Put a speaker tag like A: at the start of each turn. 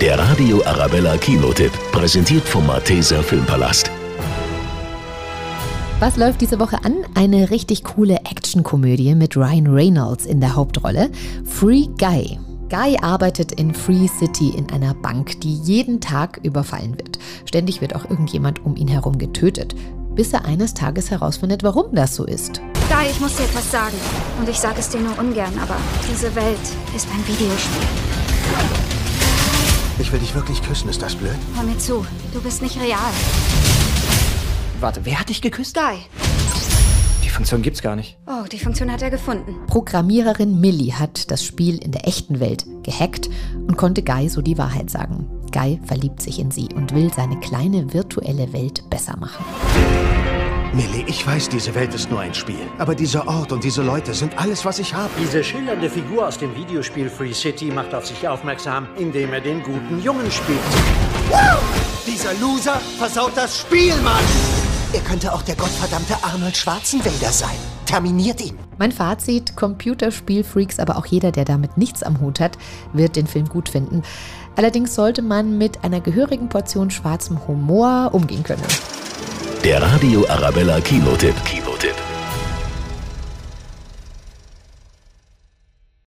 A: Der Radio Arabella Kinotipp, präsentiert vom Malteser Filmpalast.
B: Was läuft diese Woche an? Eine richtig coole Actionkomödie mit Ryan Reynolds in der Hauptrolle. Free Guy. Guy arbeitet in Free City in einer Bank, die jeden Tag überfallen wird. Ständig wird auch irgendjemand um ihn herum getötet, bis er eines Tages herausfindet, warum das so ist.
C: Guy, ich muss dir etwas sagen. Und ich sage es dir nur ungern, aber diese Welt ist ein Videospiel.
D: Ich will dich wirklich küssen, ist das blöd?
C: Hör mir zu, du bist nicht real.
E: Warte, wer hat dich geküsst?
C: Guy.
E: Die Funktion gibt's gar nicht.
C: Oh, die Funktion hat er gefunden.
B: Programmiererin Millie hat das Spiel in der echten Welt gehackt und konnte Guy so die Wahrheit sagen. Guy verliebt sich in sie und will seine kleine virtuelle Welt besser machen.
D: Millie, ich weiß, diese Welt ist nur ein Spiel. Aber dieser Ort und diese Leute sind alles, was ich habe.
F: Diese schillernde Figur aus dem Videospiel Free City macht auf sich aufmerksam, indem er den guten Jungen spielt.
D: Dieser Loser versaut das Spiel, Mann! Er könnte auch der gottverdammte Arnold Schwarzenegger sein. Terminiert ihn.
B: Mein Fazit, Computerspielfreaks, aber auch jeder, der damit nichts am Hut hat, wird den Film gut finden. Allerdings sollte man mit einer gehörigen Portion schwarzem Humor umgehen können.
A: Der Radio Arabella Kinotipp.